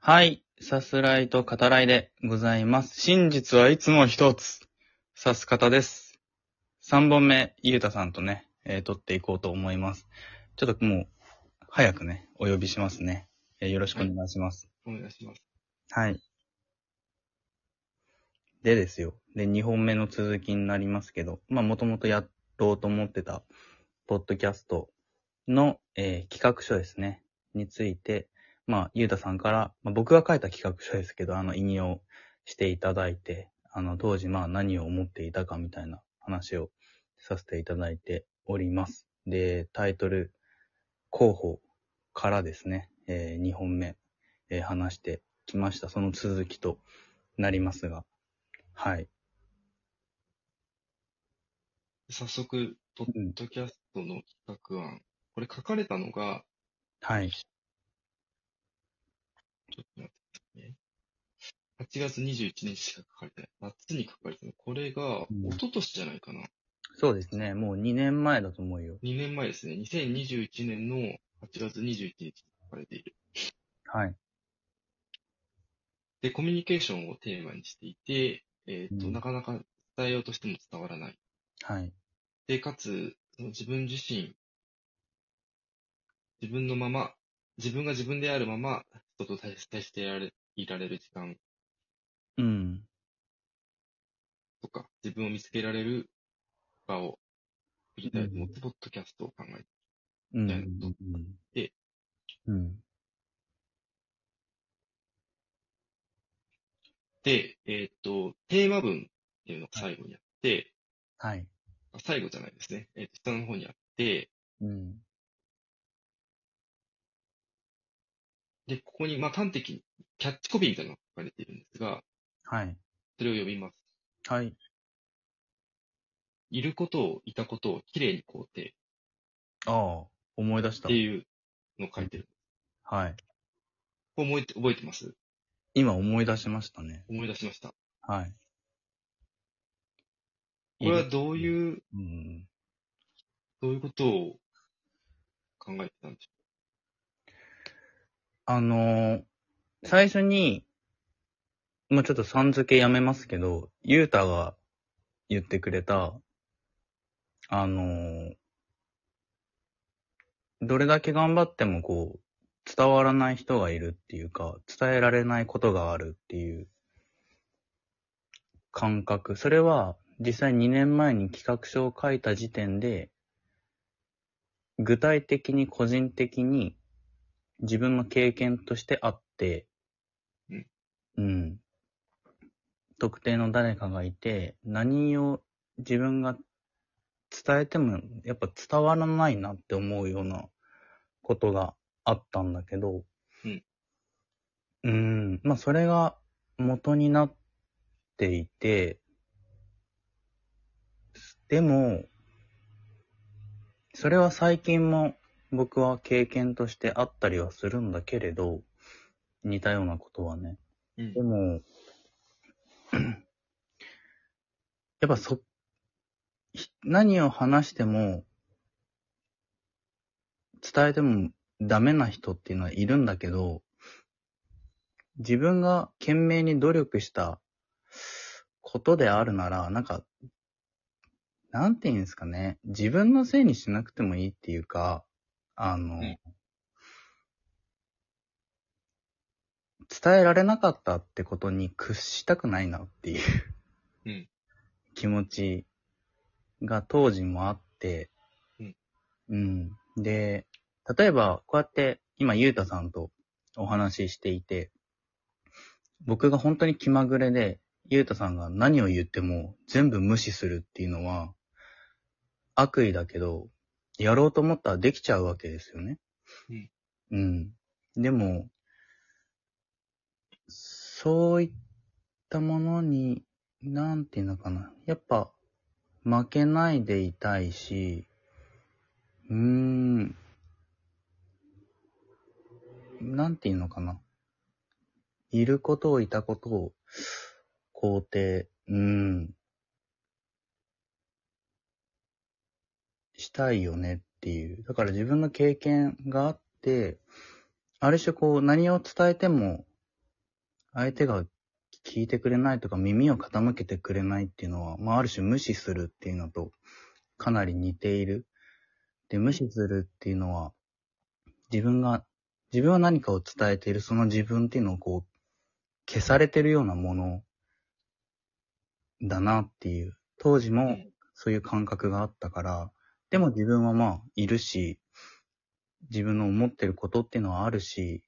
はい。さすらいと語らいでございます。真実はいつも一つ。さす方です。3本目、ゆうたさんとね、えー撮っていこうと思います。ちょっともう、早くね、お呼びしますね。えーよろしくお願いします。お願いします。はい。でですよ。で、2本目の続きになりますけど、まあ、もともとやろうと思ってた、ポッドキャストの、えー企画書ですね。について、まあ、ゆうたさんから、まあ、僕が書いた企画書ですけど、あの、引用していただいて、あの、当時、まあ、何を思っていたかみたいな話をさせていただいております。で、タイトル、候補からですね、え2本目、えー話してきました。その続きとなりますが、はい。早速、ポッうんドキャストの企画案。これ書かれたのが、はい。ちょっと待ってね。8月21日しか書かれてない。夏に書かれてない。これがう、ん一昨年じゃないかな。そうですね。もう2年前だと思うよ。 2年前ですね。2021年の8月21日に書かれている。はい。で、コミュニケーションをテーマにしていて、えっ、と、うんなかなか伝えようとしても伝わらない。はい。で、かつ、その自分自身、自分のまま、自分が自分であるまま、人と対対していられいられる時間うん。とか、自分を見つけられる場を作りたいと思って、ポッドキャストを考えうん。うえんっとでうん。て、えーっと、テーマ文っていうのが最後にあって、はい。あ最後じゃないですね。えーっと、下の方にあって、うん。で、ここに、まあ、端的に、キャッチコピーみたいなのが書かれているんですが、はい。それを読みます。はい。いることを、いたことを、きれいに肯定ああ、思い出しったて。いうのを書いてる。はい。これ覚えて、覚えてます今思い出しましたね。思い出しました。こはい。れはどうう、いう、うん、どういうことを考えてたんでしあのー最初に、まあ、ちょっとさん付けやめますけど、ゆうたが言ってくれた、あのーどれだけ頑張ってもこう、伝わらない人がいるっていうか、伝えられないことがあるっていう感覚。それは実際2年前に企画書を書いた時点で、具体的に個人的に自分の経験としてあって、うんうん。特定の誰かがいて、何を自分が伝えても、やっぱ伝わらないなって思うようなことがあったんだけど、うん。うん。まあ、それが元になっていて、でも、それは最近も僕は経験としてあったりはするんだけれど、似たようなことはね。ょでも、 やっぱそ、ひ何を話しても、伝えてもダメな人っていうのはいるんだけど、自分が懸命に努力したことであるなら、なんか、なんて言うんですかね。自分のせいにしなくてもいいっていうか、あの、ん伝えられなかったってことに屈したくないなっていう、うん気持ちが当時もあって、うんうん。で、例えばこうやって今ゆうたさんとお話ししていて、僕が本当に気まぐれで、ゆうたさんが何を言っても全部無視するっていうのは、悪意だけど、やろうと思ったらできちゃうわけですよね。うん。うん。でも、そういったものに、なんていうのかな。やっぱ、負けないでいたいし、うーん。なんていうのかな。いることをいたことを肯定、うん。したいよねっていう。だから自分の経験があって、ある種こう何を伝えても相手が聞いてくれないとか耳を傾けてくれないっていうのは、まあある種無視するっていうのとかなり似ている。で、無視するっていうのは、自分が、自分は何かを伝えている、その自分っていうのをこう、消されてるようなものだなっていう。当時もそういう感覚があったから、でも自分はまあ、いるし、自分の思ってることっていうのはあるし、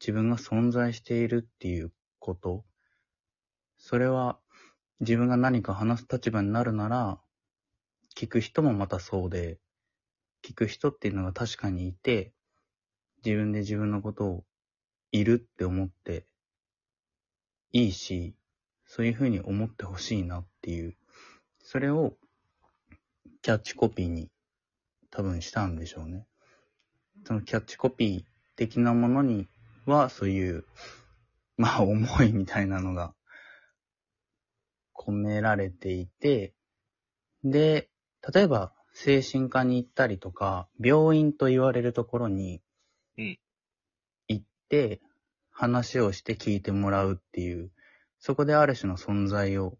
自分が存在しているっていうこと。それは、自分が何か話す立場になるなら、聞く人もまたそうで、聞く人っていうのが確かにいて、自分で自分のことをいるって思っていいし、そういうふうに思ってほしいなっていう、それをキャッチコピーに多分したんでしょうね。そのキャッチコピー的なものにはそういう、まあ 思いみたいなのが込められていて、で、例えば精神科に行ったりとか、病院と言われるところにうん行って話をして聞いてもらうっていう、そこである種の存在を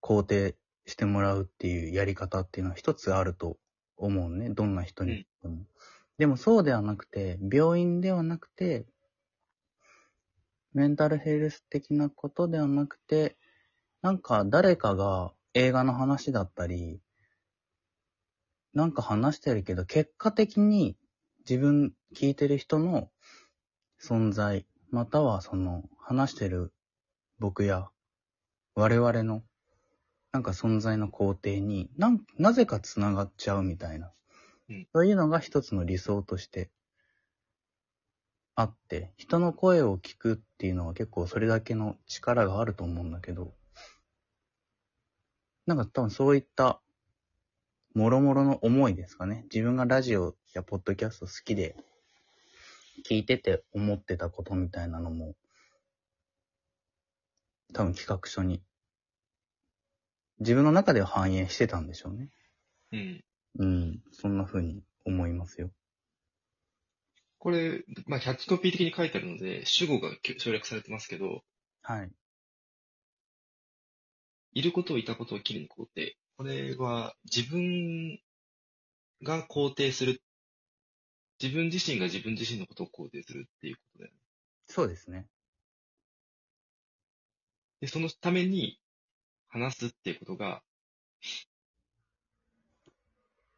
肯定してもらうっていうやり方っていうのは一つあると思うね。どんな人にでも。でもそうではなくて、病院ではなくて、メンタルヘルス的なことではなくて、なんか誰かが映画の話だったり、なんか話してるけど、結果的に自分聞いてる人の存在、またはその話してる僕や我々のなんか存在の肯定になんなぜか繋がっちゃうみたいなうん。そういうのが一つの理想としてあって、人の声を聞くっていうのは結構それだけの力があると思うんだけど、なんか多分そういった諸々の思いですかね。自分がラジオやポッドキャスト好きで聞いてて思ってたことみたいなのも、多分企画書に自分の中では反映してたんでしょうね。うん。うん。そんな風に思いますよ。これ、まあ、キャッチコピー的に書いてあるので、主語が省略されてますけど、はい。いることをいたことを切るに肯定。これは、自分が肯定する。自分自身が自分自身のことを肯定するっていうことだよね。そうですね。で、そのために、話すっていうことが、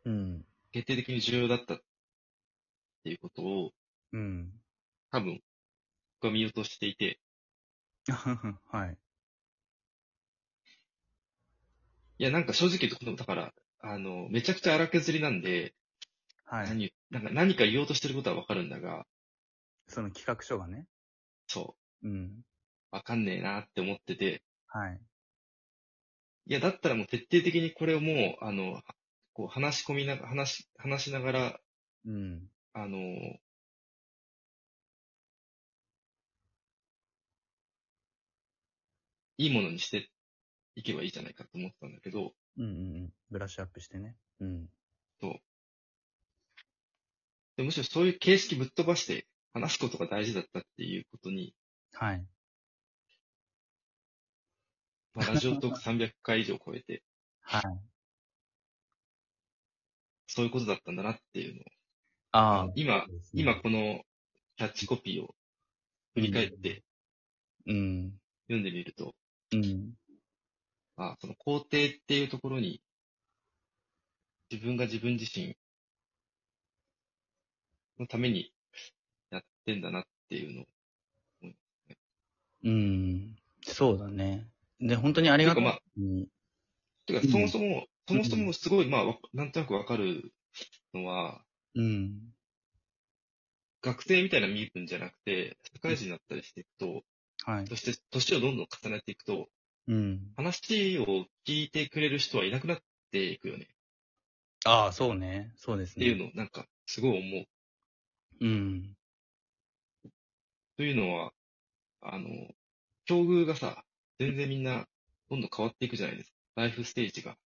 うん。決定的に重要だったっていうことを、うん。 多分、僕は見落としていて、はい。いや、なんか正直言うと、このだから、あの、めちゃくちゃ荒削りなんで、はい。何、なんか何か言おうとしてることはわかるんだが、その企画書がね。そうん。う、わかんねえなって思ってて、はい。いや、だったらもう徹底的にこれをもう、あの、こう話し込みながら、話し、話しながら、うん。あの、いいものにしていけばいいじゃないかと思ってたんだけど、うんうんうん。ブラッシュアップしてね。うん。でむしろそういう形式ぶっ飛ばして話すことが大事だったっていうことに、はい。まあ、ラジオトーク300回以上超えて、はい。そういうことだったんだなっていうのを、ああ。今、そうですね今。このキャッチコピーを振り返ってうん。読んでみると、うん。まあ、その肯定っていうところに、自分が自分自身のためにやってんだなっていうのを。うん。そうだね。で、本当にありがとう。てかまあうんてか、そもそも、そもそもすごい、まあ、わなんとなくわかるのは、うん。学生みたいな身分じゃなくて、社会人になったりしていくと、はい。そして年をどんどん重ねていくと、うん。話を聞いてくれる人はいなくなっていくよねああ、そうね。そうですっね。ていうのをなんかすごい思う。うん。というのは、あの、境遇がさ、全然みんなどんどん変わっていくじゃないですか。ライフステージが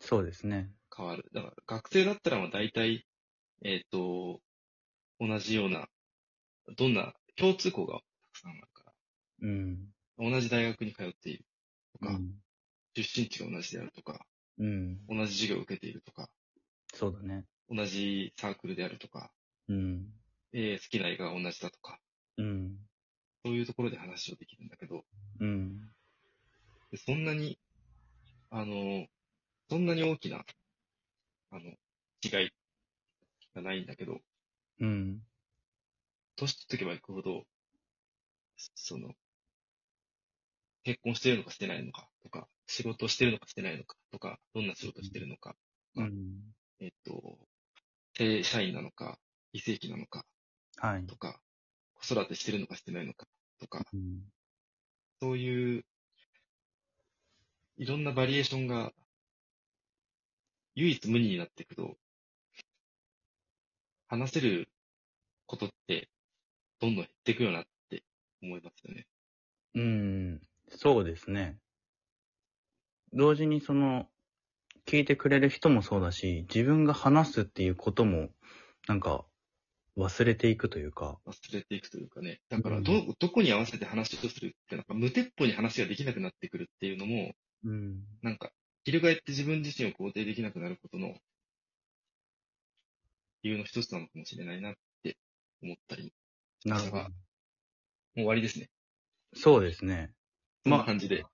そうですね。変わる。だから学生だったらまあ大体、えっ、と、同じような、どんな共通項がたくくさんあるから。うん。同じ大学に通っているうとか、ん。出身地が同じであるとか、うん。同じ授業を受けているとか、そうだね。同じサークルであるとか、うん。えー好きな映画が同じだとか、うん。そういうところで話をできるんだけど、うん。でそんなに、あの、そんなに大きな、あの、違いがないんだけど、うん。年取っていけばいくほど、その、結婚してるのかしてないのかとか、仕事をしてるのかしてないのかとか、どんな仕事をしてるのか、うん。えっと、正社員なのか、非正規なのかはい。とか、子育てしてるのかしてないのかとか、うん。そういう、いろんなバリエーションが、唯一無二になっていくと、話せることって、どんどん減っていくよなって思いますよね。うん、そうですね。同時にその、聞いてくれる人もそうだし、自分が話すっていうことも、なんか、忘れていくというか、忘れていくというかね。だからうんど、どこに合わせて話をするって、なんか無鉄砲に話ができなくなってくるっていうのも、うん、なんか、翻って自分自身を肯定できなくなることの、理由の一つなのかもしれないなって思ったり、なるほども。う終わりですね。そうですね。そんな感じで。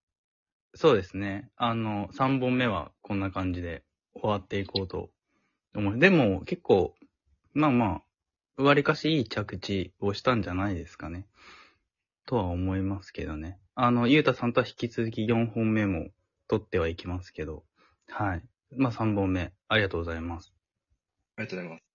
そうですね。あの、3本目はこんな感じで終わっていこうと思う。でも、結構、まあまあ、わりかしいい着地をしたんじゃないですかね。とは思いますけどね。あの、ゆうたさんとは引き続き4本目も取ってはいきますけど。はい。まあ3本目、ありがとうございます。ありがとうございます。